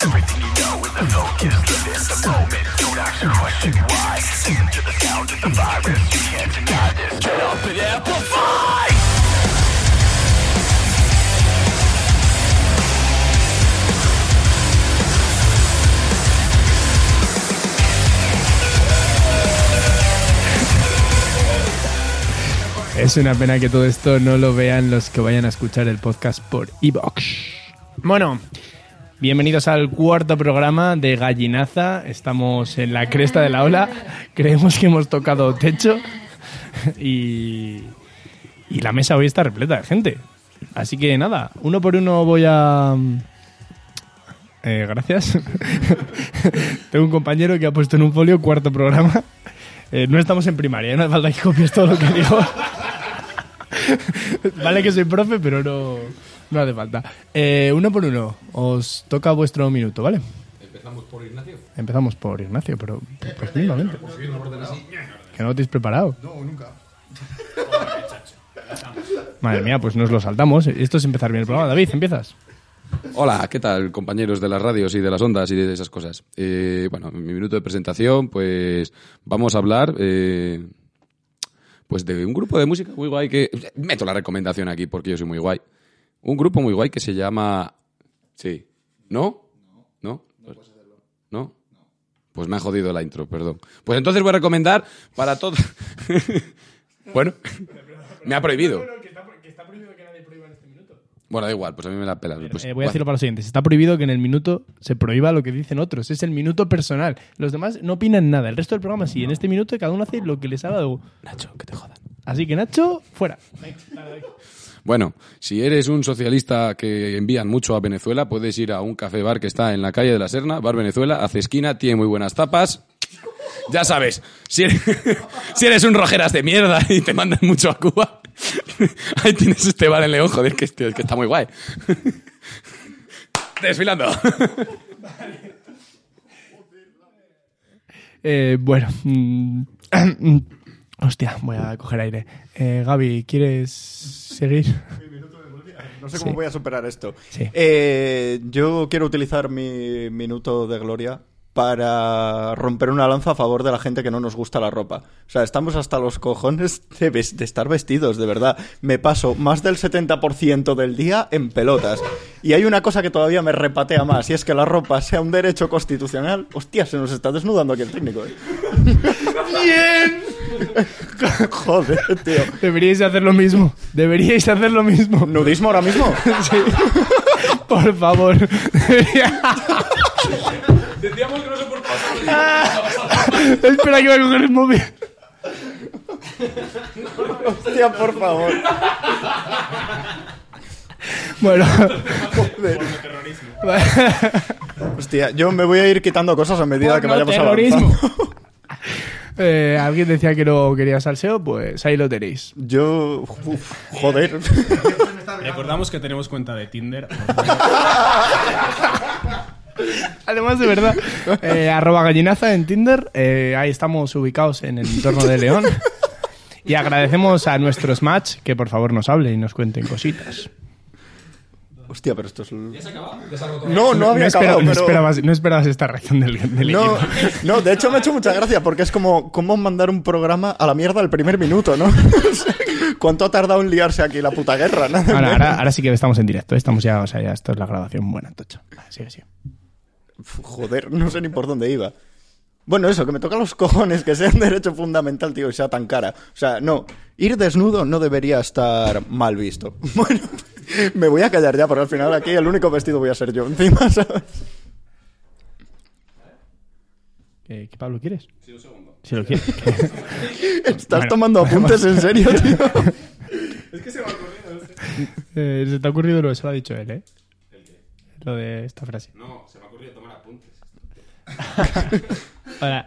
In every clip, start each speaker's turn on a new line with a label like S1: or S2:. S1: Everything you know in the focus. Give this a moment. Don't ask the question why. Listen to the sound of the virus. You can't deny this. Turn up and amplify.
S2: Es una pena que todo esto no lo vean los que vayan a escuchar el podcast por Evox. Bueno, bienvenidos al cuarto programa de Gallinaza. Estamos en la cresta de la ola. Creemos que hemos tocado techo. Y, y la mesa hoy está repleta de gente. Así que nada, uno por uno voy a... Eh, gracias. Tengo un compañero que ha puesto en un folio cuarto programa. Eh, no estamos en primaria, no hace falta que copies todo lo que digo. vale que soy profe, pero no, no hace falta. Eh, uno por uno, os toca vuestro minuto, ¿vale? Empezamos por Ignacio. Empezamos por Ignacio, pero pues, mismamente. Que no lo tenéis preparado. No, nunca. Madre mía, pues nos lo saltamos. Esto es empezar bien el programa. David, empiezas.
S3: Hola, ¿qué tal, compañeros de las radios y de las ondas y de esas cosas? Eh, bueno, en mi minuto de presentación, pues vamos a hablar eh, pues de un grupo de música muy guay que... Meto la recomendación aquí porque yo soy muy guay. Un grupo muy guay que se llama... Sí. ¿No? ¿No? ¿No? ¿No? Pues me ha jodido la intro, perdón. Pues entonces voy a recomendar para todos... bueno, me ha prohibido. Bueno, da igual, pues a mí me la pela. Pues,
S2: Eh, voy
S3: guay.
S2: a decirlo para los siguientes. Está prohibido que en el minuto se prohíba lo que dicen otros. Es el minuto personal. Los demás no opinan nada. El resto del programa sí. En este minuto cada uno hace lo que les ha dado. Nacho, que te jodan. Así que Nacho, fuera.
S3: Bueno, si eres un socialista que envían mucho a Venezuela, puedes ir a un café bar que está en la calle de la Serna, Bar Venezuela, hace esquina, tiene muy buenas tapas. Ya sabes, si eres, si eres un rojeras de mierda y te mandan mucho a Cuba, ahí tienes este bar en León, joder, que, este- que está muy guay. Desfilando.
S2: Eh, bueno. mm, Hostia, voy a coger aire. Eh, Gaby, ¿quieres seguir?
S4: No sé cómo
S2: Sí.
S4: voy a superar esto.
S2: Sí.
S4: Eh, yo quiero utilizar mi minuto de gloria para romper una lanza a favor de la gente que no nos gusta la ropa. O sea, estamos hasta los cojones de, ves- de estar vestidos, de verdad. Me paso más del 70% del día en pelotas. Y hay una cosa que todavía me repatea más, y es que la ropa sea un derecho constitucional. Hostia, se nos está desnudando aquí el técnico. ¿eh? Joder, tío.
S2: Deberíais hacer lo mismo. Deberíais hacer lo mismo.
S4: ¿Nudismo ahora mismo?
S2: Sí. Por favor.
S3: Decíamos que no soportaba.
S2: Espera que voy a coger el móvil.
S4: Hostia, por favor.
S2: Bueno.
S4: Hostia, yo me voy a ir quitando cosas a medida que vayamos
S2: terrorismo.
S4: avanzando.
S2: Eh, Alguien decía que no quería salseo, pues ahí lo tenéis.
S4: Yo... uf, joder.
S5: Recordamos que tenemos cuenta de Tinder.
S2: Además, de verdad, eh, arroba gallinaza en Tinder. eh, ahí estamos ubicados en el entorno de León. Y agradecemos a nuestros match que por favor nos hablen y nos cuenten cositas.
S4: Hostia, pero esto es... No, no había
S2: no, espera-
S4: acabado,
S2: no
S4: pero...
S2: esperabas, no esperabas esta reacción del, del
S4: No,
S2: equipo.
S4: no, de hecho me ha hecho mucha gracia porque es como cómo mandar un programa a la mierda al primer minuto, ¿no? ¿Cuánto ha tardado en liarse aquí la puta guerra? Nada
S2: Ahora,
S4: menos.
S2: ahora- ahora sí que estamos en directo. ¿eh? Estamos ya, o sea, ya esto es la grabación buena, tocha. Vale, sigue, sigue.
S4: Uf, Joder, no sé ni por dónde iba. Bueno, eso, que me toca los cojones, que sea un derecho fundamental, tío, y sea tan cara. O sea, no, ir desnudo no debería estar mal visto. Bueno, me voy a callar ya, porque al final aquí el único vestido voy a ser yo encima, ¿sabes?
S2: Eh, ¿Qué Pablo quieres? Sí, un segundo. Si lo quieres.
S4: Estás
S2: Bueno,
S4: tomando apuntes en serio, tío.
S2: Eh, se te ha ocurrido lo que se lo ha dicho él, ¿eh? ¿El lo de esta frase.
S3: No, se me ha ocurrido tomar apuntes.
S2: Ahora,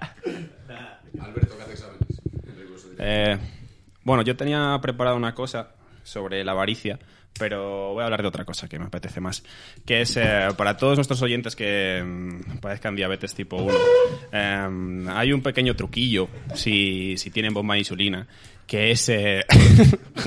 S3: Alberto, que hace exámenes.
S6: Eh, bueno, yo tenía preparada una cosa sobre la avaricia, pero voy a hablar de otra cosa que me apetece más, que es eh, para todos nuestros oyentes que mm, padezcan diabetes tipo 1, eh, hay un pequeño truquillo si, si tienen bomba de insulina, que es... eh,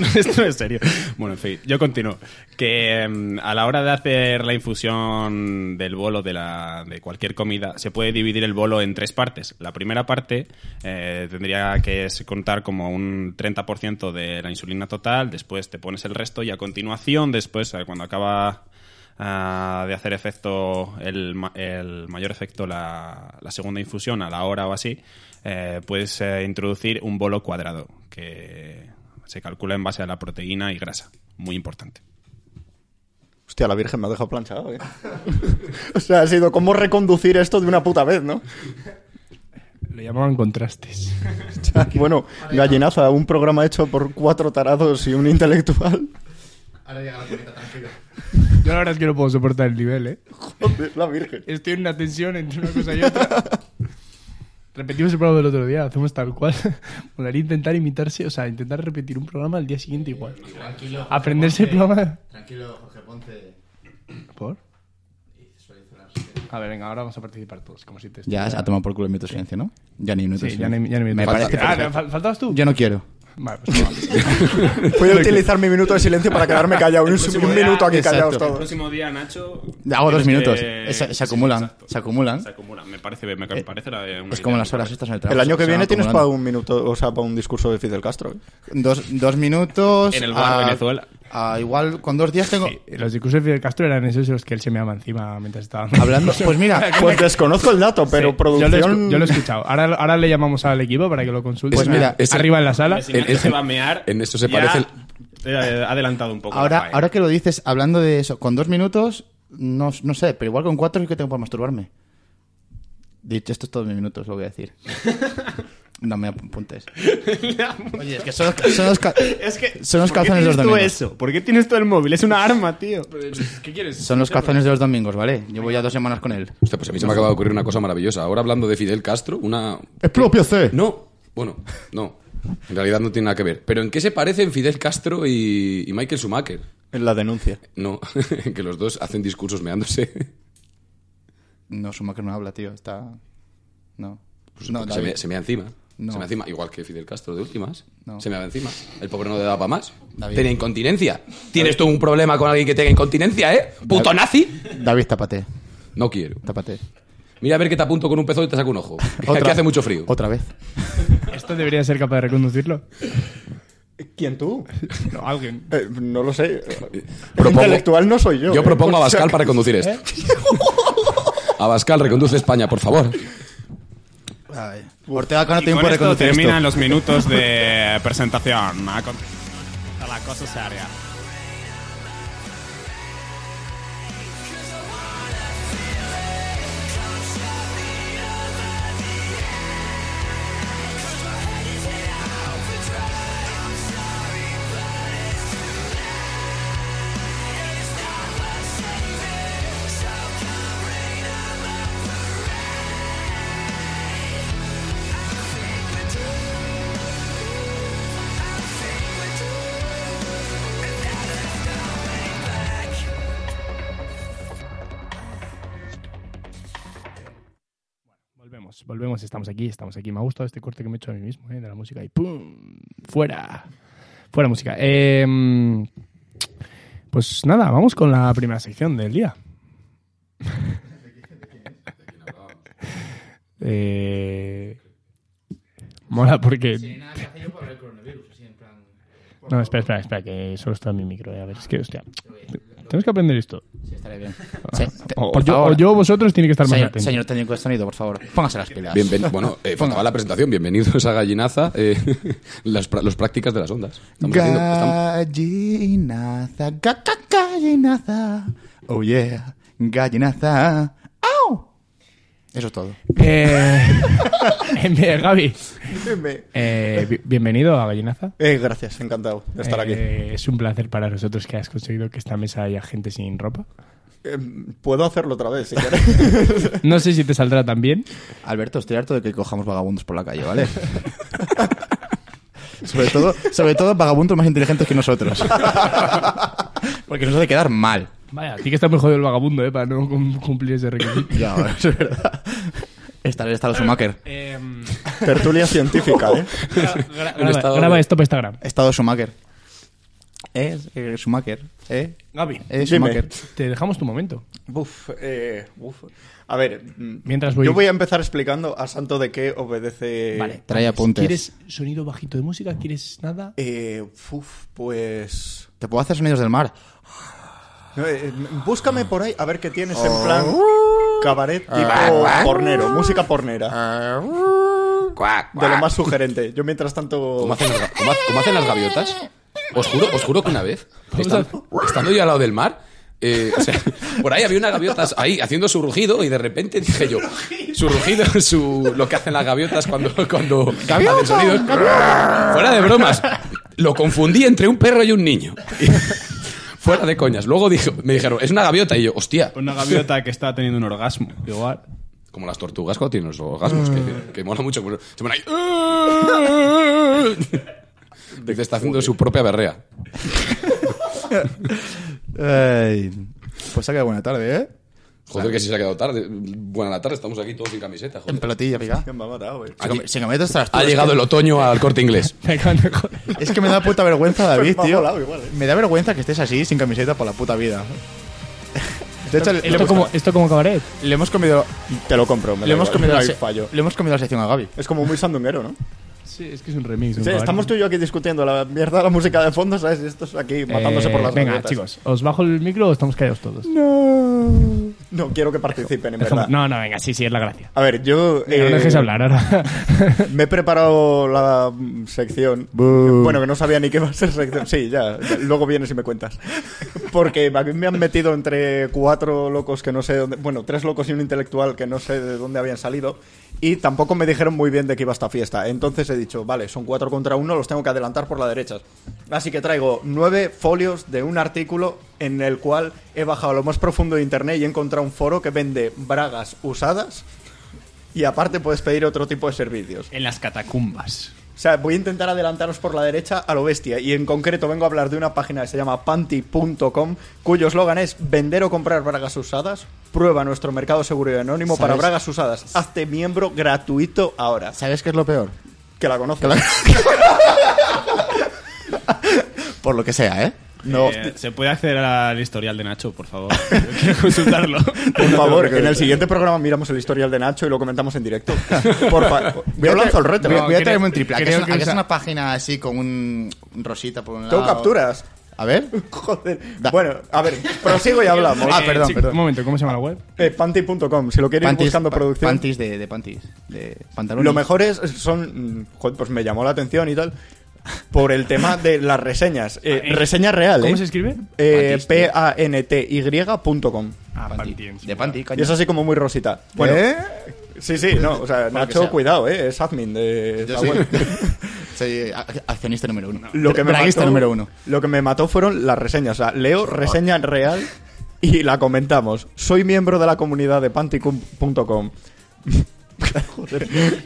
S6: No, esto es serio. Bueno, en fin, yo continúo. Que mm, a la hora de hacer la infusión del bolo de, la, de cualquier comida, se puede dividir el bolo en tres partes. La primera parte eh, tendría que es contar como un 30% de la insulina total, después te pones el resto y a continuación, después, eh, cuando acaba ah, de hacer efecto el, ma- el mayor efecto la, la segunda infusión a la hora o así, eh, puedes eh, introducir un bolo cuadrado que se calcula en base a la proteína y grasa. Muy importante.
S4: Hostia, la Virgen me ha dejado planchado, ¿eh? o sea, ha sido como reconducir esto de una puta vez, ¿no?
S2: lo llamaban contrastes.
S4: O sea, bueno, gallinaza, un programa hecho por cuatro tarados y un intelectual.
S7: Ahora llega la cometa, tranquilo.
S2: Yo la verdad es que no puedo soportar el nivel, ¿eh?
S4: Joder, la Virgen.
S2: Estoy en una tensión entre una cosa y otra. Repetimos el programa del otro día, hacemos tal cual. Molaría intentar imitarse, o sea, intentar repetir un programa al día siguiente igual.
S7: Tranquilo.
S6: Ah.
S7: Jorge
S2: Aprenderse el
S7: Ponce.
S2: programa.
S7: Tranquilo, Jorge Ponce.
S2: ¿Por?
S7: Y suavizarás.
S2: A ver, venga, ahora vamos a participar todos, como si te
S7: Ya has- ha tomado por culo el minuto de silencio, ¿no? Ya ni un minuto de
S2: Sí, ya ni,
S7: silencio.
S2: ya ni
S7: Me parece
S2: Ah,
S7: perfecto.
S2: ¿fal- ¿faltabas tú?
S7: Yo no quiero.
S2: Vale, pues no.
S4: Voy a utilizar mi minuto de silencio para quedarme callado. Un,
S6: próximo
S4: un
S6: día,
S4: minuto aquí
S7: exacto.
S4: callados
S6: El
S4: todos.
S6: próximo día, Nacho.
S7: Hago dos
S6: tienes que-
S7: minutos. Eh, se- se
S6: Sí,
S7: acumulan,
S6: exacto.
S7: se acumulan.
S6: Se acumulan. Me parece, me, me
S7: Eh,
S6: parece la- una
S7: Es como
S6: idea muy
S7: las horas
S6: buena.
S7: estas en el trabajo.
S4: El año que
S7: se van
S4: viene tienes para
S7: acumulando.
S4: un minuto, o sea, para un discurso de Fidel Castro. ¿eh?
S7: Dos, dos minutos.
S6: En el bar de Venezuela.
S7: a igual, con dos días tengo.
S2: Los discursos de Fidel Castro eran esos en los que él se me ama encima mientras estaba.
S7: Hablando. Pues mira,
S4: Pues desconozco el dato, pero
S2: Sí,
S4: producción...
S2: Yo lo, he escu- yo lo he escuchado. Ahora, ahora le llamamos al equipo para que lo consulte.
S7: Pues mira,
S3: ese-
S2: arriba en la sala.
S6: Si Nacho
S3: En- en-
S6: se va a mear.
S3: en esto se
S6: ya
S3: parece el-
S6: te ha adelantado un poco. la
S7: ahora,
S6: faena.
S7: ahora que lo dices, hablando de eso, con dos minutos, no, no sé, pero igual con cuatro es que tengo para masturbarme. Dicho esto, es todos mis minutos, lo voy a decir. No me apuntes. Oye, es que son, son los, ca-
S6: Es que.
S7: son los
S6: ¿por qué
S7: calzones de
S6: tienes
S7: los
S6: tú
S7: domingos.
S6: eso? ¿Por qué tienes tú el móvil? Es una arma, tío.
S3: ¿Qué quieres?
S7: Son los calzones de los domingos, ¿vale? Llevo ya dos semanas con él.
S3: Hostia, pues a mí se me acaba de ocurrir una cosa maravillosa. Ahora hablando de Fidel Castro, una...
S7: ¡Es propio C!
S3: No, bueno, no. En realidad no tiene nada que ver. Pero ¿en qué se parecen Fidel Castro y, y Michael Schumacher?
S4: En la denuncia.
S3: No, en que los dos hacen discursos meándose.
S7: No, suma que no habla, tío. Está. No. no,
S3: Pues se,
S7: David.
S3: me, se mea encima.
S7: No.
S3: Se me encima, igual que Fidel Castro de últimas.
S7: No.
S3: Se me va encima. El pobre no le daba para más.
S7: David.
S3: Tenía incontinencia. ¿Tienes tú un problema con alguien que tenga incontinencia, eh? ¡Puto
S7: David.
S3: nazi!
S7: David, tápate.
S3: No quiero.
S7: Tápate.
S3: Mira a ver que te apunto con un pezo y te saco un ojo. que hace mucho frío.
S7: Otra vez.
S2: ¿Esto debería ser capaz de reconducirlo?
S4: ¿Quién tú?
S2: No, alguien.
S4: Eh, no lo sé.
S3: Propongo-
S4: Intelectual no soy yo.
S3: Yo
S4: eh,
S3: propongo
S4: por
S3: a
S4: si
S3: Bascal
S4: acaso. ¿Eh?
S3: para conducir esto. Abascal, reconduce España, por favor.
S7: Ay. Ortega Cano
S6: Y
S7: tiene
S6: con
S7: un poco de
S6: esto
S7: reconducir esto.
S6: terminan los minutos de presentación. A con- a la cosa seria.
S2: Volvemos, volvemos. Estamos aquí, estamos aquí. Me ha gustado este corte que me he hecho a mí mismo, ¿eh? De la música y ¡pum! ¡Fuera! Fuera música. Eh, pues nada, vamos con la primera sección del día. Eh, mola porque... No, espera, espera, espera, que solo está en mi micro. eh. A ver, es que, hostia. Tenemos que aprender esto.
S7: Sí, estaré bien. Sí, te-
S2: O,
S7: por
S2: o yo,
S7: favor.
S2: o yo o vosotros tiene que estar más
S7: Señor,
S2: atentos.
S7: señor técnico de sonido, por favor, póngase las pilas.
S3: Bienven- bueno, eh, faltaba la presentación. Bienvenidos a Gallinaza, eh, las, pra- los prácticas de las ondas. Estamos haciendo- estamos-
S7: Gallinaza, ga- ga- gallinaza. Oh yeah, gallinaza. ¡Au! Eso es todo.
S2: Eh, bien, Gaby,
S4: Me-
S2: eh, bi- bienvenido a Gallinaza.
S4: Eh, gracias, encantado de estar aquí.
S2: Eh, es un placer para nosotros que has conseguido que esta mesa haya gente sin ropa.
S4: Eh, puedo hacerlo otra vez, si quieres.
S2: No sé si te saldrá tan bien.
S7: Alberto, estoy harto de que cojamos vagabundos por la calle, ¿vale? sobre, todo, sobre todo vagabundos más inteligentes que nosotros. Porque nos hace quedar mal.
S2: Vaya, a ti que está muy jodido el vagabundo, ¿eh? Para no cum- cumplir ese requisito.
S7: Ya, es verdad. Esta vez está el Schumacher.
S4: Tertulia científica, ¿eh?
S2: Em, graba
S3: estado
S2: graba
S3: de-
S2: esto para Instagram.
S7: Estado Schumacher. ¿Eh? eh, Schumacher. ¿Eh?
S2: Gaby,
S7: ¿Eh?
S4: Dime.
S7: Schumacher.
S2: te dejamos tu momento.
S4: Uf, eh, uf. A ver, mm,
S2: Mientras voy-
S4: yo voy a empezar explicando a santo de qué obedece...
S7: Trae apuntes.
S2: ¿Quieres sonido bajito de música? ¿Quieres nada?
S4: Eh, uf, pues...
S7: ¿Te puedo hacer sonidos del mar?
S4: Eh, búscame por ahí a ver qué tienes en plan cabaret tipo pornero, música pornera. De lo más sugerente. Yo mientras tanto
S3: ¿Cómo hacen, las, ga- cómo ha- cómo hacen las gaviotas? Os juro, os juro que una vez, estan- estando, yo al lado del mar, eh, o sea, por ahí había una gaviota ahí haciendo su rugido y de repente dije yo, su rugido, su, lo que hacen las gaviotas cuando, cuando hacen sonidos. Fuera de bromas, lo confundí entre un perro y un niño. Y- fuera de coñas. Luego dijo, me dijeron, es una gaviota y yo, hostia,
S6: Una gaviota que está teniendo un orgasmo.
S2: Igual.
S3: como las tortugas cuando tienen los orgasmos, que, que mola mucho. Se van ahí. Y te está haciendo su propia berrea.
S7: Pues ha quedado buena tarde, ¿eh?
S3: Joder, que si se ha quedado tarde. Buena la tarde, estamos aquí todos sin camiseta.
S7: En
S3: Joder.
S7: pelotilla, pica.
S4: me ha matado,
S2: Ah.
S4: eh.
S3: Aquí-
S7: Si me metes tras tú,
S3: Ha
S7: es
S3: llegado
S7: que-
S3: el otoño al corte inglés.
S2: Me acaban de joder.
S7: Es que me da puta vergüenza, David,
S4: Pues me ha
S7: tío.
S4: molado igual, eh.
S7: Me da vergüenza que estés así, sin camiseta, por la puta vida. De hecho, le,
S2: ¿Esto como, esto como cabaret.
S7: le hemos comido...
S4: Te lo compro, me da
S7: Le hemos,
S4: igual,
S7: comido
S4: no
S7: la
S4: hay
S7: se-
S4: fallo.
S7: le hemos comido la sección a Gaby.
S4: Es como muy sandunguero, ¿no?
S2: Sí, es que es un remix.
S4: Sí, estamos tú y yo aquí discutiendo la mierda de la música de fondo, ¿sabes? Y estos aquí matándose por las
S2: Eh, Venga,
S4: gaviotas.
S2: chicos, ¿os bajo el micro o estamos callados todos? No,
S4: No quiero que participen, en verdad.
S2: no, no, venga, sí, sí, es la gracia.
S4: A ver, yo...
S2: Venga,
S4: eh,
S2: no dejéis hablar ahora.
S4: Me he preparado la mm, sección. Bueno, que no sabía ni qué va a ser sección. Sí, ya. ya, Luego vienes y me cuentas. Porque a mí me han metido entre cuatro locos que no sé dónde. Bueno, tres locos y un intelectual que no sé de dónde habían salido. Y tampoco me dijeron muy bien de qué iba esta fiesta. Entonces he dicho, vale, son cuatro contra uno, los tengo que adelantar por la derecha. Así que traigo nueve folios de un artículo en el cual he bajado a lo más profundo de internet y he encontrado un foro que vende bragas usadas. Y aparte puedes pedir otro tipo de servicios.
S6: En las catacumbas.
S4: O sea, voy a intentar adelantaros por la derecha a lo bestia. Y en concreto vengo a hablar de una página que se llama panty.com, cuyo eslogan es vender o comprar bragas usadas. Prueba nuestro mercado seguro y anónimo para
S7: ¿Sabes?
S4: bragas usadas. Hazte miembro gratuito ahora.
S7: ¿Sabes qué es lo peor?
S4: Que la conozco.
S7: Por lo que sea, ¿eh?
S4: No,
S6: Eh, ¿Se puede acceder al historial de Nacho, por favor? Yo quiero consultarlo.
S4: por favor, que en el siguiente programa miramos el historial de Nacho y lo comentamos en directo. Por favor. Yo lanzo el reto.
S7: Voy, a- voy a
S2: creo-
S7: traerme un triple. Aquí es,
S2: creo
S7: una,
S2: que
S7: a que es
S2: usa-
S7: una página así con un un rosita por un lado.
S4: Tengo capturas.
S7: A ver.
S4: Joder.
S7: Da-
S4: Bueno, a ver, prosigo y hablamos.
S7: Ah, perdón,
S2: Eh, Sí, Un
S7: perdón.
S2: momento, ¿cómo se llama la web?
S4: Eh, panty.com, si lo queréis ir buscando
S7: pa-
S4: producción.
S7: panties de, de panties. De pantalones.
S4: Lo mejor es, son. mm, joder, pues me llamó la atención y tal. Por el tema de las reseñas. Eh, reseña real,
S2: Ah, ¿Cómo
S4: ¿eh?
S2: se escribe?
S4: Eh,
S7: Pantis, tío.
S4: P-A-N-T-Y.com.
S2: Ah,
S7: Panty.
S2: Panty,
S7: De panty,
S4: Y
S7: coño.
S4: es así como muy rosita. Bueno,
S7: ¿Eh?
S4: sí, sí, no. O sea, Nacho,
S7: sea.
S4: cuidado, ¿eh? Es admin de.
S7: Yo
S4: la
S7: soy,
S4: web.
S7: soy ac- accionista número uno.
S4: Lo que me
S7: Braguista
S4: mató,
S7: número uno.
S4: Lo que me mató fueron las reseñas. O sea, leo reseña real y la comentamos. Soy miembro de la comunidad de panty.com.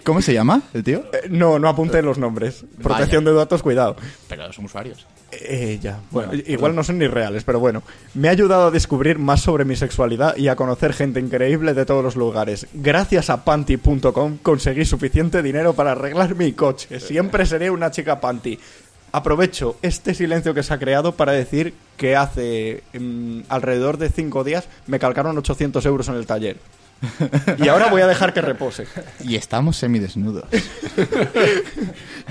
S7: ¿Cómo se llama el tío?
S4: Eh, no, no apunten los nombres. Protección de datos, cuidado.
S7: Pero son usuarios.
S4: Eh, ya, bueno, igual no son ni reales, pero bueno. Me ha ayudado a descubrir más sobre mi sexualidad y a conocer gente increíble de todos los lugares. Gracias a panty.com conseguí suficiente dinero para arreglar mi coche. Siempre seré una chica panty. Aprovecho este silencio que se ha creado para decir que hace mm, alrededor de 5 días me calcaron 800 euros en el taller. Y ahora voy a dejar que repose.
S7: Y estamos semidesnudos.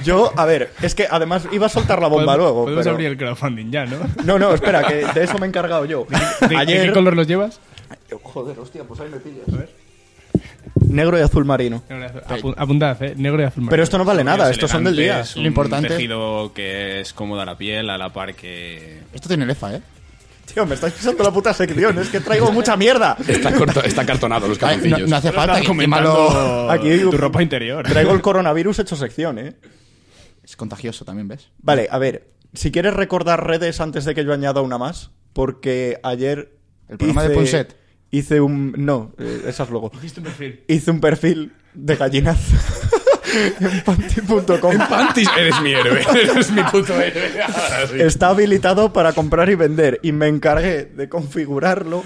S4: Yo, a ver, es que además iba a soltar la bomba
S2: Podemos-
S4: luego.
S2: Podemos
S4: pero-
S2: abrir el crowdfunding ya, ¿no?
S4: No, no, espera, que de eso me he encargado yo.
S2: ¿De, de qué color los llevas?
S4: Joder, hostia, pues ahí me pillas. A ver. Negro y azul marino.
S2: Apu- apuntad, ¿eh? Negro y azul.
S4: Pero esto no vale nada,
S6: Es
S4: estos son del
S6: elegante,
S4: día.
S6: es
S7: Lo
S6: un
S7: importante-
S6: tejido que es cómodo a la piel, a la par que...
S7: Esto tiene lefa, ¿eh?
S4: Tío, me estáis pisando la puta sección, es que traigo mucha mierda.
S3: Está, corto, está cartonado los
S7: Ay, No,
S3: calzoncillos.
S7: no hace falta que encima lo-
S6: comentando
S4: Aquí digo-
S6: tu ropa interior.
S4: Traigo el coronavirus hecho sección, eh.
S7: Es contagioso también, ¿ves?
S4: Vale, a ver, si quieres recordar redes antes de que yo añada una más, porque ayer
S7: El programa de
S4: hice-
S7: Ponset.
S4: Hice un. No, eh, esas luego.
S2: Hiciste un perfil.
S4: Hice un perfil de gallinazo en panty.com.
S3: Pantis, eres mi héroe. Eres mi puto héroe. Ahora sí.
S4: Está habilitado para comprar y vender. Y me encargué de configurarlo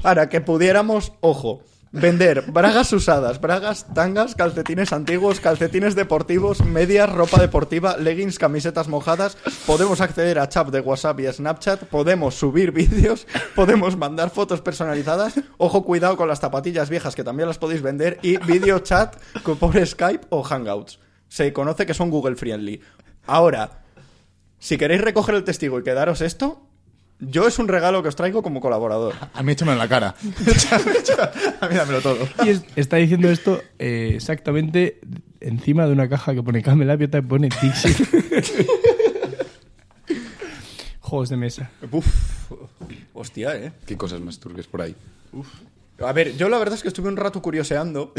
S4: para que pudiéramos, ojo, vender bragas usadas, bragas, tangas, calcetines antiguos, calcetines deportivos, medias, ropa deportiva, leggings, camisetas mojadas. Podemos acceder a chat de WhatsApp y Snapchat. Podemos subir vídeos. Podemos mandar fotos personalizadas. Ojo, cuidado con las zapatillas viejas que también las podéis vender. Y video chat por Skype o Hangouts. Se conoce que son Google Friendly. Ahora, si queréis recoger el testigo y quedaros esto, yo es un regalo que os traigo como colaborador.
S7: A mí échamelo en la cara. a mí dámelo todo.
S2: Y es- está diciendo esto eh, exactamente encima de una caja que pone Camelab y otra que pone Dixie. Juegos de mesa.
S4: Uf, hostia, eh.
S3: Qué cosas más turbias por ahí.
S4: A ver, yo la verdad es que estuve un rato curioseando.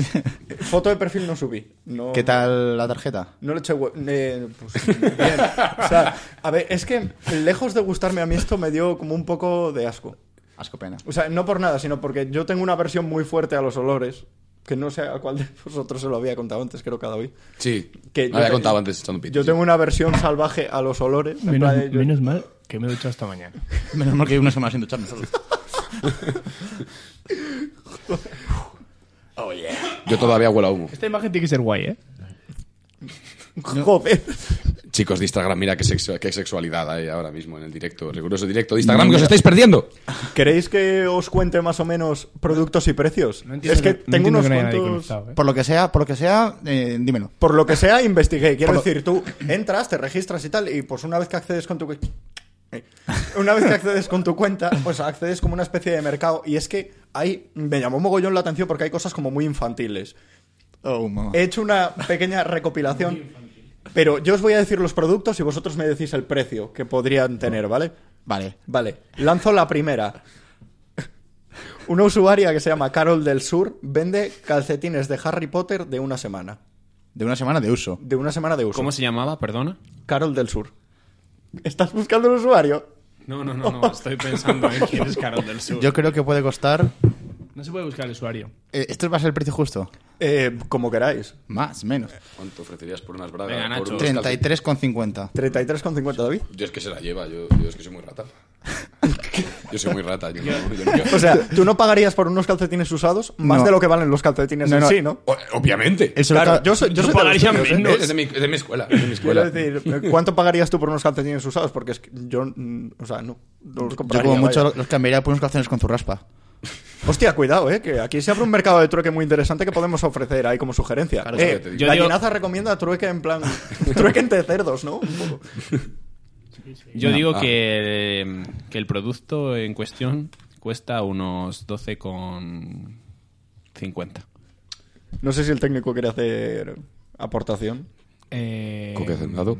S4: Foto de perfil no subí. No,
S7: ¿Qué tal la tarjeta?
S4: No le eché hue- eh, pues, bien. O sea, a ver, es que lejos de gustarme a mí esto me dio como un poco de asco.
S7: Asco pena.
S4: O sea, no por nada, sino porque yo tengo una versión muy fuerte a los olores. Que no sé a cuál de vosotros se lo había contado antes, creo que a David.
S3: Sí.
S4: Que
S3: Me había
S4: te-
S3: contado antes echando pito.
S4: Yo tengo una versión salvaje a los olores. en
S2: Menos,
S4: plan de- yo-
S2: menos mal que me he duchado esta mañana.
S7: Menos mal que hay una semana sin ducharme solo.
S3: Yo todavía huelo a humo.
S2: Esta imagen tiene que ser guay, ¿eh?
S4: Joder.
S3: Chicos de Instagram, mira qué, sexu- qué sexualidad hay ahora mismo en el directo, riguroso directo de Instagram que os estáis perdiendo.
S4: ¿Queréis que os cuente más o menos productos y precios?
S2: No entiendo
S4: es que
S2: no
S4: tengo
S2: entiendo
S4: unos
S2: que no haya nadie
S4: cuantos...
S2: conectado, ¿eh?
S7: Por lo que sea, por lo que sea, eh, dímelo.
S4: Por lo que sea, investigué. Quiero
S7: Por lo-
S4: decir, tú entras, te registras y tal, y pues una vez que accedes con tu... cu- Eh, Una vez que accedes con tu cuenta, pues accedes como una especie de mercado. Y es que hay... Me llamó mogollón la atención porque hay cosas como muy infantiles.
S7: Oh, mamá.
S4: He hecho una pequeña recopilación. Pero yo os voy a decir los productos y vosotros me decís el precio que podrían tener, ¿vale?
S7: Vale.
S4: Vale, lanzo la primera. Una usuaria que se llama Carol del Sur vende calcetines de Harry Potter de una semana.
S7: De una semana de uso.
S4: De una semana de uso.
S6: ¿Cómo se llamaba? Perdona.
S4: Carol del Sur. ¿Estás buscando el usuario?
S6: No, no, no, no. Estoy pensando en quién es Carol del Sur.
S7: Yo creo que puede costar.
S2: No se puede buscar el usuario.
S7: eh, ¿Esto va a ser el precio justo?
S4: Eh, como queráis.
S7: Más, menos.
S3: ¿Cuánto ofrecerías por unas bragas?
S6: Venga,
S3: por
S6: Nacho.
S3: unos
S7: 33,50.
S4: 33,50 David.
S3: calcetines? Yo es que se la lleva, yo, yo es que soy muy rata. Yo soy muy rata. Yo, no- yo no- yo-
S4: O sea, tú no pagarías por unos calcetines usados más
S7: No.
S4: de lo que valen los calcetines
S7: No,
S4: en
S7: no.
S4: sí, ¿no?
S3: O- obviamente.
S7: Él se lo
S4: Claro,
S7: acaba-
S4: yo soy, yo
S6: Yo
S4: soy de los
S6: pagaría
S4: tuyos, ¿eh?
S6: menos.
S3: Es de, mi, es de mi escuela, es de mi
S4: Quiero
S3: escuela.
S4: decir, ¿cuánto pagarías tú por unos calcetines usados? Porque es que yo, mm, o sea, no. no los
S7: Yo
S4: compraría,
S7: como mucho
S4: vaya.
S7: los cambiaría por unos calzones con zurraspa.
S4: Hostia, cuidado, eh, que aquí se abre un mercado de trueque muy interesante que podemos ofrecer ahí como sugerencia.
S7: Claro,
S4: eh,
S3: claro, te
S6: digo.
S4: Gallinaza recomienda trueque en plan. trueque entre cerdos, ¿no? Un poco.
S6: Yo
S7: No,
S6: digo
S3: ah.
S6: que, eh, que el producto en cuestión cuesta unos 12,50.
S4: No sé si el técnico quiere hacer aportación.
S2: Eh,
S3: ¿Con qué hacendado?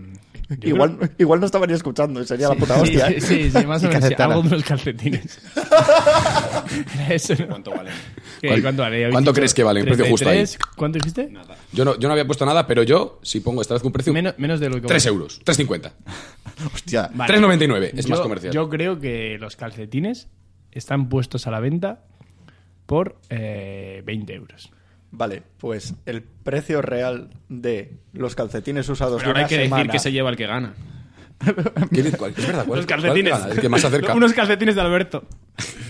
S4: Igual, igual no estaban ni escuchando, y sería la puta
S2: sí,
S4: hostia.
S2: Sí,
S4: ¿eh?
S2: sí, sí, más o menos. sí,
S7: Y calcetana.
S2: Algo de los calcetines. Era eso, ¿no?
S6: ¿Cuánto vale?
S2: ¿Qué?
S3: ¿Cuál-
S2: ¿Cuánto, vale? Habéis
S3: cuánto
S2: dicho
S3: crees que vale? El precio justo ahí.
S2: 33, ¿Cuánto dijiste?
S3: Yo no, yo no había puesto nada, pero yo, si pongo esta vez un precio,
S2: Menos, menos de lo que
S3: 3
S2: vale.
S3: euros, 3,50.
S7: Hostia.
S2: Vale.
S3: 3,99, es más
S2: Yo-
S3: comercial.
S2: Yo creo que los calcetines están puestos a la venta por eh, 20 euros.
S4: Vale, pues el precio real de los calcetines usados
S6: Pero ahora
S4: de
S6: hay
S4: una
S6: que decir
S4: semana-
S6: que se lleva el que gana.
S3: ¿Quién es, cuál? es verdad, ¿cuál
S2: Los
S3: cuál
S2: calcetines.
S3: gana? El que más se acerca.
S2: Unos calcetines de Alberto.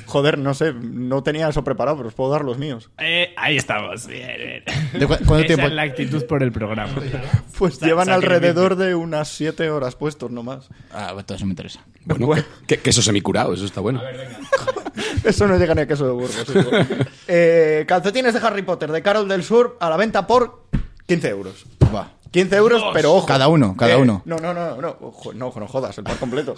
S4: Joder, no sé, no tenía eso preparado, pero os puedo dar los míos.
S2: Eh, ahí estamos. Bien, bien.
S7: ¿De cu- cuánto
S2: Esa
S7: tiempo?
S2: es la actitud por el programa.
S4: Pues
S2: Sa-
S4: llevan
S2: sacrificio.
S4: alrededor de unas 7 horas puestos nomás.
S7: Ah, pues todo eso me interesa.
S3: Bueno, que, que eso semicurado, eso está bueno.
S4: Eso no llega ni a queso de Burgos. hijo. Eh, calcetines de Harry Potter de Carol del Sur a la venta por 15 euros.
S7: Buah.
S4: 15 euros, pero ojo. Eh,
S7: Cada uno, cada uno.
S4: No, no, no, no, ojo, no, no jodas, el par completo.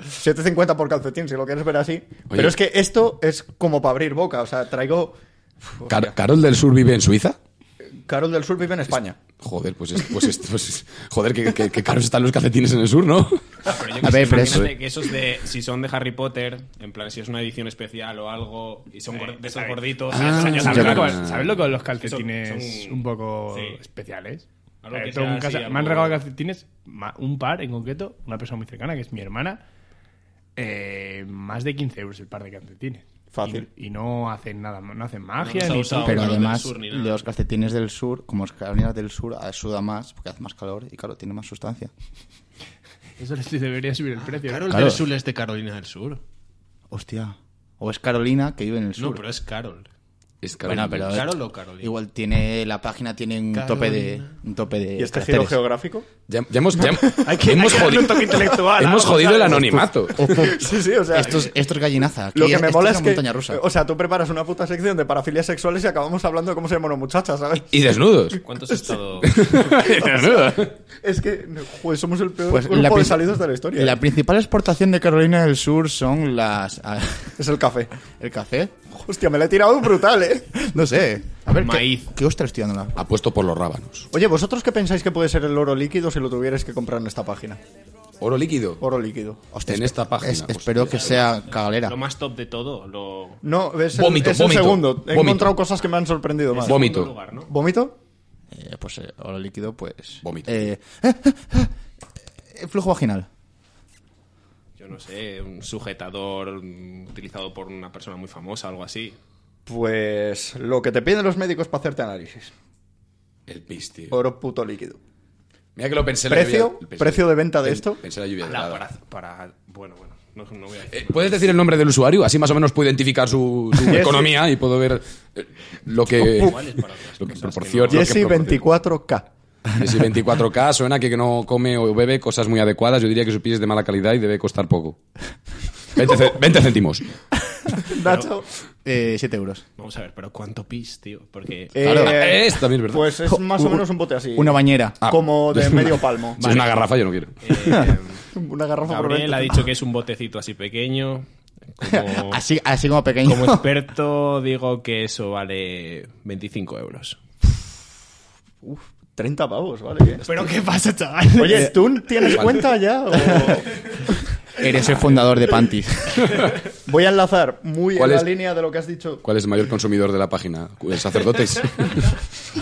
S4: 7.50 por calcetín, si lo quieres ver así. Pero es que esto es como para abrir boca. O sea, traigo.
S3: Car- ¿Carol del Sur vive en Suiza?
S4: Carol del Sur vive en España.
S3: Joder, pues, es- pues, es- pues es- joder, que, que- que caros están los calcetines en el sur, ¿no?
S6: Pero yo
S7: A
S6: que
S7: ver,
S6: sé,
S7: pero
S6: imagínate
S7: eso-
S6: que esos de si son de Harry Potter, en plan si es una edición especial o algo y son gor- de esos gorditos,
S3: Ah,
S6: o sea,
S3: yo
S6: son
S2: ¿Sabes lo,
S3: creo-
S6: blancos.
S2: con, ¿Sabes lo con los calcetines
S6: Son- son-
S2: un poco
S6: sí.
S2: especiales?
S6: Algo
S2: Eh,
S6: que
S2: tengo
S6: sea
S2: un casa-
S6: así,
S2: Me han
S6: algo-
S2: regalado calcetines, ma- un par en concreto, una persona muy cercana, que es mi hermana. eh, más de 15 euros el par de calcetines.
S4: Fácil.
S2: Y, y no hacen nada, no hacen magia.
S5: No nos ha
S2: ni
S5: usado.
S2: todo.
S5: Pero
S7: Pero
S5: los del
S7: además,
S5: sur ni nada.
S7: los calcetines del sur, como los calcetines del sur, ah, suda más porque hace más calor y, claro, tiene más sustancia.
S2: Eso les debería subir el precio.
S6: eh.
S5: Claro, el
S7: Claro.
S5: del sur es de Carolina del Sur.
S7: Hostia. O es Carolina, que vive en el sur.
S5: No, pero es Carol.
S3: Es
S7: Bueno, pero-
S5: Carol o Carolina.
S7: Igual tiene la página tiene un
S5: Carolina.
S7: tope de un tope de
S4: ¿Y este giro
S7: caracteres.
S4: geográfico?
S3: Ya, ya hemos, ya- hemos
S4: hay que darle un
S3: jodido,
S4: toque intelectual,
S3: hemos
S4: vamos,
S3: jodido el
S4: ¿sabes?
S3: anonimato.
S4: Sí, sí, o sea.
S7: Estos estos gallinazas.
S4: Lo que me mola es, que.
S7: montaña rusa.
S4: O sea, tú preparas una puta sección de parafilias sexuales y acabamos hablando de cómo se llaman muchachas, ¿sabes?
S3: Y desnudos.
S5: ¿Cuántos estados?
S3: desnudos.
S4: Es que, joder, somos el peor
S7: Pues
S4: grupo de
S7: prin-
S4: salidos de la historia. ¿eh?
S7: La principal exportación de Carolina del Sur son las ah,
S4: Es el café.
S7: el café.
S4: Hostia, me la he tirado brutal, ¿eh?
S7: No sé. A ver, ¿qué-
S5: Maíz.
S7: ¿qué, ostras estoy dando la-
S3: Apuesto por los rábanos.
S4: Oye, ¿vosotros qué pensáis que puede ser el oro líquido si lo tuvierais que comprar en esta página?
S3: Oro líquido.
S4: Oro líquido.
S7: Hostia,
S3: En
S7: espe-
S3: esta página,
S5: pues,
S3: pues,
S7: es- espero que sea cagalera.
S5: lo más top de todo. Lo...
S4: No, es el,
S3: Vómito,
S4: es el
S3: vómito,
S4: segundo. He
S3: vómito.
S4: encontrado cosas que me han sorprendido más.
S3: Vómito.
S5: Segundo lugar, ¿no?
S4: ¿Vómito?
S7: Eh, pues eh, oro líquido, pues.
S3: Vómito.
S7: Eh, eh, eh, eh, eh, flujo vaginal.
S5: Yo no sé, un sujetador mm, utilizado por una persona muy famosa, algo así.
S4: Pues lo que te piden los médicos para hacerte análisis.
S3: El pis, tío.
S4: Oro puto líquido.
S3: Mira que lo pensé. la
S4: ¿Precio?
S3: lluvia- pensé-
S4: ¿Precio de venta de esto?
S3: Pensé la lluvia
S5: Ala,
S3: dorada.
S5: para, para- Bueno, bueno, no, no voy a decir.
S3: Eh, ¿Puedes decir el nombre del usuario? Así más o menos puedo identificar su, su economía y puedo ver eh, lo que,
S5: ¿Cuál es para otras
S3: lo que
S5: cosas que
S3: proporciona. lo que
S4: Jesse
S3: proporciona.
S4: 24K.
S3: Jesse 24K suena que no come o bebe cosas muy adecuadas. Yo diría que su pis es de mala calidad y debe costar poco. 20, ce- 20 céntimos.
S4: Nacho.
S7: Eh, 7 euros.
S5: no? Vamos a ver, pero ¿cuánto pis, tío? Porque.
S4: Eh,
S3: Claro. Ah, Es, también es verdad.
S4: Pues es
S7: Jo,
S4: más o
S7: un-
S4: menos un bote así.
S7: Una bañera.
S3: Ah,
S4: Como de
S3: es
S4: medio palmo.
S3: Si es una garrafa, yo no quiero.
S5: eh,
S4: Una garrafa por
S5: Gabriel
S4: venta.
S5: ha dicho que es un botecito así pequeño. Como,
S7: Así, así como pequeño.
S5: como experto, digo que eso vale 25 euros.
S4: 30 pavos, ¿vale?
S7: Pero qué pasa, chaval.
S4: Oye,
S5: Eh,
S4: ¿tú tienes cuenta ya? o-
S7: Eres el fundador de Pantis.
S4: Voy a enlazar muy en
S3: ¿Cuál
S4: la
S3: es?
S4: línea de lo que has dicho.
S3: ¿Cuál es el mayor consumidor de la página? ¿El sacerdotes?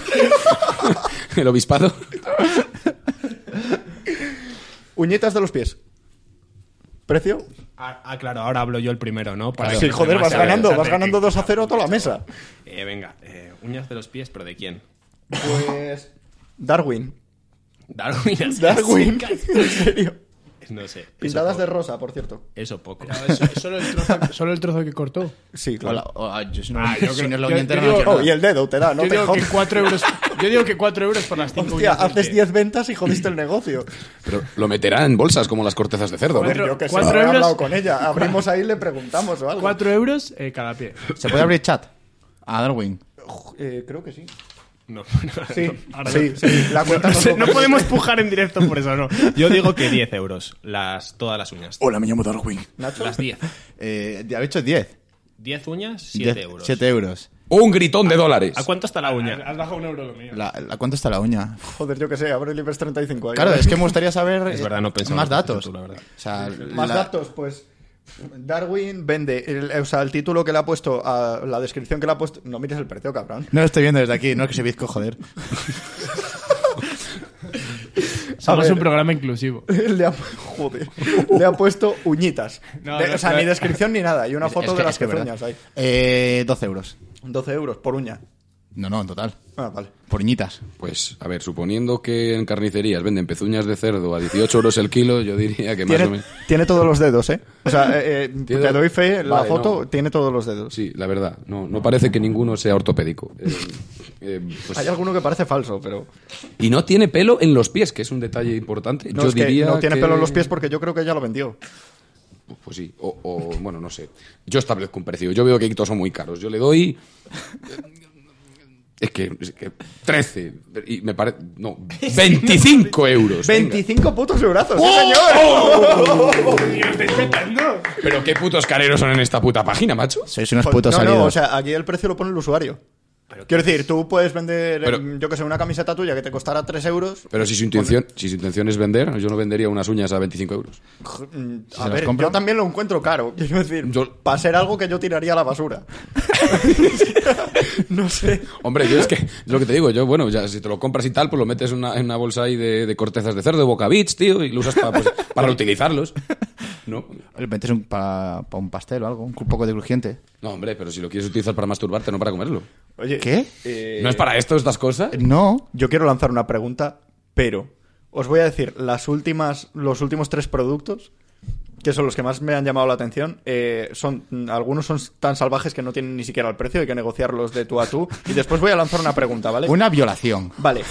S3: ¿El obispado?
S4: Uñetas de los pies. ¿Precio?
S5: Ah, ah, claro, ahora hablo yo el primero, ¿no? Para
S4: Sí,
S5: que los
S4: joder,
S5: demás
S4: vas
S5: se vean.
S4: ganando, vas
S5: Fíjate,
S4: ganando
S5: qué
S4: 2 a
S5: puta
S4: 0 a toda la
S5: puta.
S4: mesa.
S5: Eh, venga, eh, uñas de los pies, pero ¿de quién?
S4: Pues. Darwin.
S5: Darwin. así,
S4: Darwin.
S5: así,
S4: En serio.
S5: casi. No sé.
S4: Pintadas
S5: eso
S4: de rosa, por cierto.
S5: poco, Eso poco.
S2: Solo el, trozo, solo el trozo que cortó.
S4: Sí,
S7: O la-
S4: claro.
S7: o- ah, yo si no,
S2: Ah, yo
S7: si
S2: creo-
S7: no es la
S2: yo-
S7: uñeta,
S2: yo
S7: no
S2: digo-
S7: quiero
S4: Oh,
S7: nada.
S4: y el dedo te da, no
S2: Yo
S4: te
S2: digo, que
S4: jodas.
S2: cuatro euros, yo digo que cuatro euros por las cinco
S4: Hostia,
S2: uñas este. del
S4: haces
S2: pie.
S4: 10 ventas y jodiste el negocio.
S3: Pero lo meterá en bolsas como las cortezas de cerdo. ¿no?
S4: Joder, yo que sé,
S2: cuatro
S4: no he
S2: euros.
S4: hablado con ella. Abrimos ahí y le preguntamos o algo.
S2: Cuatro euros eh, cada pie.
S7: ¿Se puede abrir chat? A Darwin.
S4: Eh, creo que sí.
S5: No,
S4: Sí, sí, sí. La cuenta nos lo-
S5: podemos pujar en directo por eso, no. Yo digo que 10 euros, las, todas las uñas.
S7: Hola, me llamo Darwin.
S4: Nacho.
S5: Las 10.
S7: Eh, ya he hecho 10.
S5: 10 uñas, 7 euros.
S7: 7 euros.
S3: Un gritón de dólares.
S5: ¿A cuánto
S6: Ah,
S5: está la uña?
S2: Has bajado un euro lo mío.
S7: La, la- ¿Cuánto está la uña?
S4: Joder, yo que sé, abre el IBEX 35 ahí.
S7: Claro, es que me gustaría saber
S5: Es
S7: eh,
S5: verdad, no pensaba
S7: más
S5: en el
S7: datos.
S5: título, la verdad.
S7: O sea,
S4: Más
S7: la-
S4: datos, pues. Darwin vende, el- o sea, el título que le ha puesto, a la descripción que le ha puesto. No mires el precio, cabrón.
S7: No lo estoy viendo desde aquí, no es que se bizco, joder.
S2: Somos
S4: ver.
S2: un programa inclusivo.
S4: Le ha, joder, le ha puesto uñitas.
S2: No,
S4: De-
S2: no,
S4: o sea,
S2: no.
S4: ni descripción ni nada. Y una
S7: Es-
S4: foto
S7: es
S4: de
S7: que-
S4: las
S7: es que es verdad.
S4: pezuñas ahí.
S7: Eh, 12 euros.
S4: 12 euros por uña.
S7: No, no, en total.
S4: Ah, vale.
S7: Por uñitas.
S3: Pues, a ver, suponiendo que en carnicerías venden pezuñas de cerdo a 18 euros el kilo, yo diría que más o
S4: Tiene,
S3: menos...
S4: tiene todos los dedos, ¿eh? O sea, eh, eh,
S3: Tiene-
S4: te doy fe, la
S3: Vale,
S4: foto
S3: no.
S4: tiene todos los dedos.
S3: Sí, la verdad. No, no parece que ninguno sea ortopédico. Eh, eh, pues-
S4: Hay alguno que parece falso, pero.
S3: Y no tiene pelo en los pies, que es un detalle importante.
S4: No,
S3: yo
S4: es que
S3: diría
S4: no tiene
S3: que-
S4: pelo en los pies porque yo creo que ya lo vendió.
S3: Pues sí, o, o, bueno, no sé. Yo establezco un precio. Yo veo que todos son muy caros. Yo le doy. eh, Es que, es que 13. Y me parece. No, 25 euros. venga.
S4: 25 putos eurazos, ¿eh, ¡sí,
S3: ¡Oh!
S4: señor!
S3: Pero qué putos careros son en esta puta página, macho.
S7: Sois unos
S4: Joder,
S7: putos
S4: no,
S7: salidos.
S4: no, o sea, aquí el precio lo pone el usuario. Quiero decir, tú puedes vender,
S3: Pero-
S4: em, yo que sé, una camiseta tuya que te costará 3 euros.
S3: Pero si su intención, si su intención es vender, yo no vendería unas uñas a 25 euros.
S4: Mm,
S7: ¿Se
S4: A
S7: las
S4: ver,
S7: compra?
S4: yo también lo encuentro caro. Quiero decir,
S3: Yo-
S4: para ser algo que yo tiraría a la basura. no sé.
S3: Hombre, yo es que, es lo que te digo, yo, bueno, ya si te lo compras y tal, pues lo metes en una, en una bolsa ahí de, de cortezas de cerdo, de boca beach, tío, y lo usas pa- pues, para utilizarlos. No.
S7: Le metes un, para, para un pastel o algo, un poco de crujiente.
S3: No, hombre, pero si lo quieres utilizar para masturbarte, no para comerlo.
S4: Oye,
S7: ¿Qué?
S4: eh,
S3: ¿No es para esto estas cosas?
S7: No.
S4: Yo quiero lanzar una pregunta, pero os voy a decir las últimas, los últimos tres productos que son los que más me han llamado la atención. eh, son mm, algunos son tan salvajes que no tienen ni siquiera el precio, hay que negociarlos de tú a tú. Y después voy a lanzar una pregunta, ¿vale?
S7: Una violación.
S4: Vale,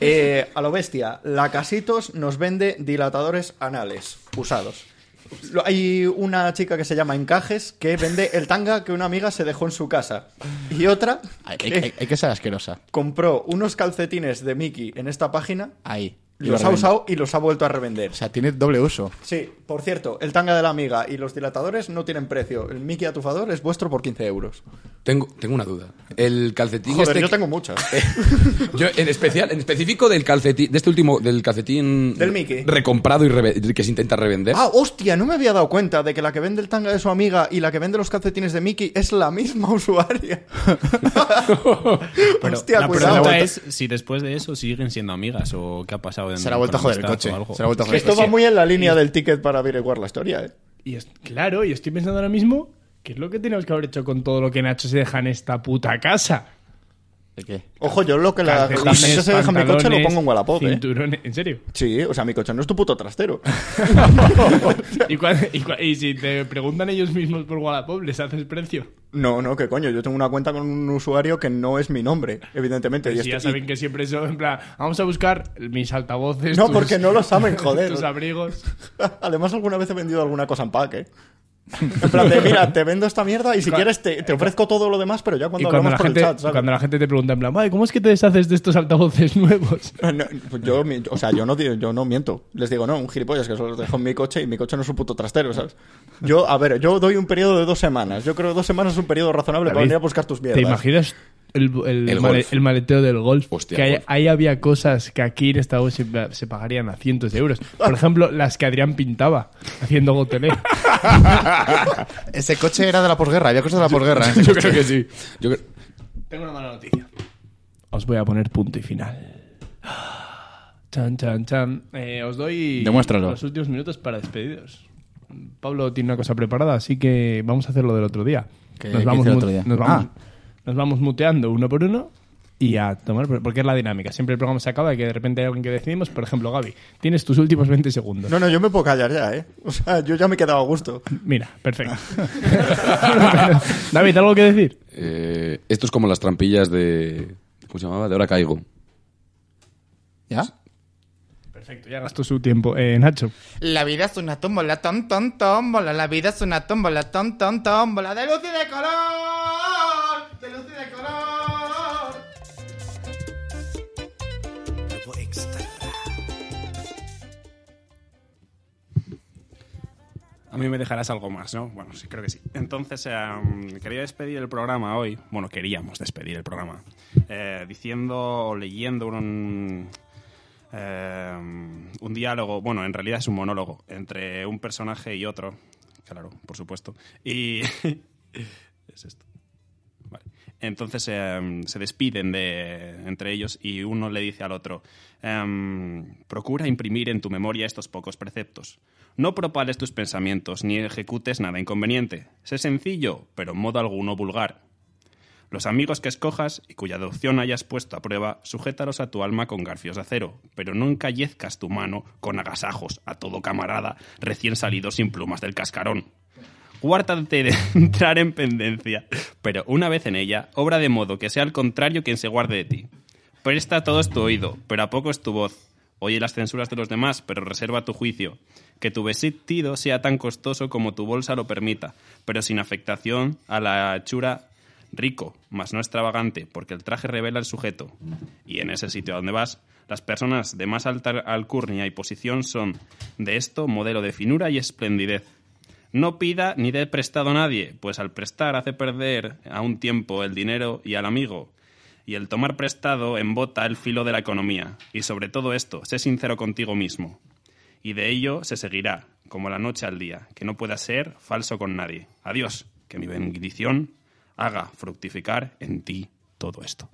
S4: eh, a lo bestia, la Casitos nos vende dilatadores anales usados. Lo- Hay una chica que se llama Encajes que vende el tanga que una amiga se dejó en su casa. Y otra
S7: Hay, hay-
S4: que
S7: hay- hay que ser asquerosa.
S4: compró unos calcetines de Mickey en esta página,
S7: Ahí. Y
S4: los
S7: lo
S4: ha
S7: revende.
S4: usado y los ha vuelto a revender.
S7: O sea, tiene doble uso.
S4: Sí, por cierto, el tanga de la amiga y los dilatadores no tienen precio. El Mickey atufador es vuestro por 15 euros.
S3: Tengo, tengo una duda. El calcetín
S4: Joder,
S3: este
S4: yo
S3: que-
S4: tengo muchas.
S3: Yo, en especial, en específico del calcetín, de este último, del calcetín
S4: Del Mickey.
S3: recomprado y reve- que se intenta
S2: ¿Eh?
S3: revender.
S4: Ah, hostia, no me había dado cuenta de que la que vende el tanga de su amiga y la que vende los calcetines de Mickey es la misma usuaria.
S6: Pero
S4: hostia,
S6: la
S7: pues
S4: cuidado.
S6: pregunta es si después de eso siguen siendo amigas o qué ha pasado. en-
S7: Se la ha vuelto a
S6: con
S7: joder el
S6: amistad
S7: coche.
S6: o algo.
S7: Se la ha vuelto a joder el
S4: Esto
S7: coche.
S4: va muy en la línea del ticket para averiguar la historia, ¿eh?
S2: Y es, claro, y estoy pensando ahora mismo, ¿qué es lo que tenemos que haber hecho con todo lo que Nacho se deja en esta puta casa?
S7: ¿De qué?
S4: Ojo, yo lo que la, la
S2: Calcetines,
S4: gente se deja en mi coche lo
S2: pantalones,
S4: pongo en Wallapop, ¿eh?
S2: cinturones- ¿En serio?
S4: Sí, o sea, mi coche no es tu puto trastero.
S2: ¿Y, cuál- y cuál- y si te preguntan ellos mismos por Wallapop, ¿les haces precio?
S4: No, no, qué coño. Yo tengo una cuenta con un usuario que no es mi nombre, evidentemente. y
S2: Pues Si ya
S4: este- y-
S2: saben que siempre son, en plan, vamos a buscar mis altavoces.
S4: No,
S2: tus-
S4: porque no lo saben, joder.
S2: Tus abrigos.
S4: Además, alguna vez he vendido alguna cosa en pack, ¿eh? En plan de, mira, te vendo esta mierda y si quieres te, te ofrezco todo lo demás, pero ya
S2: Y
S4: cuando
S2: cuando
S4: hablamos
S2: la,
S4: por
S2: gente,
S4: el chat, ¿sabes?
S2: cuando la gente te pregunta, en plan, "Ay, ¿cómo es que te deshaces de estos altavoces nuevos?
S4: No, pues yo, mi- o sea, yo no, digo- yo no miento. Les digo, no, un gilipollas que solo los dejo en mi coche y mi coche no es un puto trastero, ¿sabes? Yo, a ver, yo doy un periodo de dos semanas. Yo creo que dos semanas es un periodo razonable para
S2: David,
S4: venir a buscar tus mierdas.
S2: ¿Te imaginas el, el,
S3: El
S2: male-
S3: golf.
S2: el maleteo del golf?
S3: Hostia,
S2: que ahí,
S3: golf.
S2: ahí había cosas que aquí en Estados Unidos se, se pagarían a cientos de euros. Por ejemplo, las que Adrián pintaba haciendo gotelé.
S7: Ese coche era de la posguerra. Había cosas de la posguerra. ¿eh?
S3: Yo creo que sí. Yo creo-
S2: Tengo una mala noticia. Os voy a poner punto y final. Chan, chan, chan. Eh, os doy
S7: Demuéstralo.
S2: los últimos minutos para despedidos. Pablo tiene una cosa preparada, así que vamos a hacerlo del otro día.
S7: ¿Qué- qué hice el
S2: mu-
S7: otro día?
S2: Nos, vamos,
S7: Ah.
S2: nos vamos muteando uno por uno y a tomar, por- porque es la dinámica. Siempre el programa se acaba y que de repente hay alguien que decidimos. Por ejemplo, Gaby, tienes tus últimos 20 segundos.
S4: No, no, yo me puedo callar ya, ¿eh? O sea, yo ya me he quedado a gusto.
S2: Mira, perfecto. David, ¿algo que decir?
S3: eh, esto es como las trampillas de. ¿Cómo se llamaba? De ahora caigo.
S7: ¿Ya?
S2: Perfecto, ya gastó su tiempo. Eh, Nacho.
S7: La vida es una tómbola, tom, tom, tómbola. La vida es una tómbola, tom, tom, tómbola. De luz y de color. De luz y de color.
S6: A mí me dejarás algo más, ¿no? Bueno, sí, creo que sí. Entonces, em, quería despedir el programa hoy. Bueno, queríamos despedir el programa. eh, diciendo o leyendo un, em, un diálogo. Bueno, en realidad es un monólogo entre un personaje y otro. Claro, por supuesto. Y. es esto. Vale. Entonces em, se despiden de, entre ellos y uno le dice al otro, em, procura imprimir en tu memoria estos pocos preceptos. No propales tus pensamientos ni ejecutes nada inconveniente. Sé sencillo, pero en modo alguno vulgar. Los amigos que escojas y cuya adopción hayas puesto a prueba, sujétalos a tu alma con garfios de acero, pero no encallezcas tu mano con agasajos a todo camarada recién salido sin plumas del cascarón. Guárdate de entrar en pendencia, pero una vez en ella, obra de modo que sea al contrario quien se guarde de ti. Presta todo es tu oído, pero a poco es tu voz. Oye las censuras de los demás, pero reserva tu juicio. Que tu vestido sea tan costoso como tu bolsa lo permita, pero sin afectación a la hechura rico, mas no extravagante, porque el traje revela el sujeto. Y en ese sitio a donde vas, las personas de más alta alcurnia y posición son, de esto, modelo de finura y esplendidez. No pida ni dé prestado a nadie, pues al prestar hace perder a un tiempo el dinero y al amigo. Y el tomar prestado embota el filo de la economía. Y sobre todo esto, sé sincero contigo mismo. Y de ello se seguirá, como la noche al día, que no pueda ser falso con nadie. Adiós, que mi bendición haga fructificar en ti todo esto.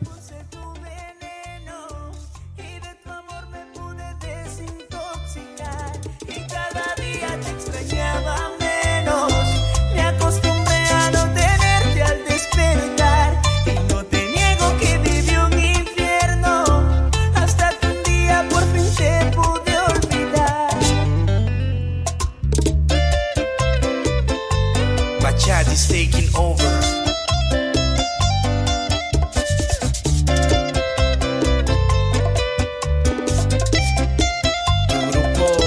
S8: Puse tu veneno y de tu amor me pude desintoxicar. my child is taking over. Grupo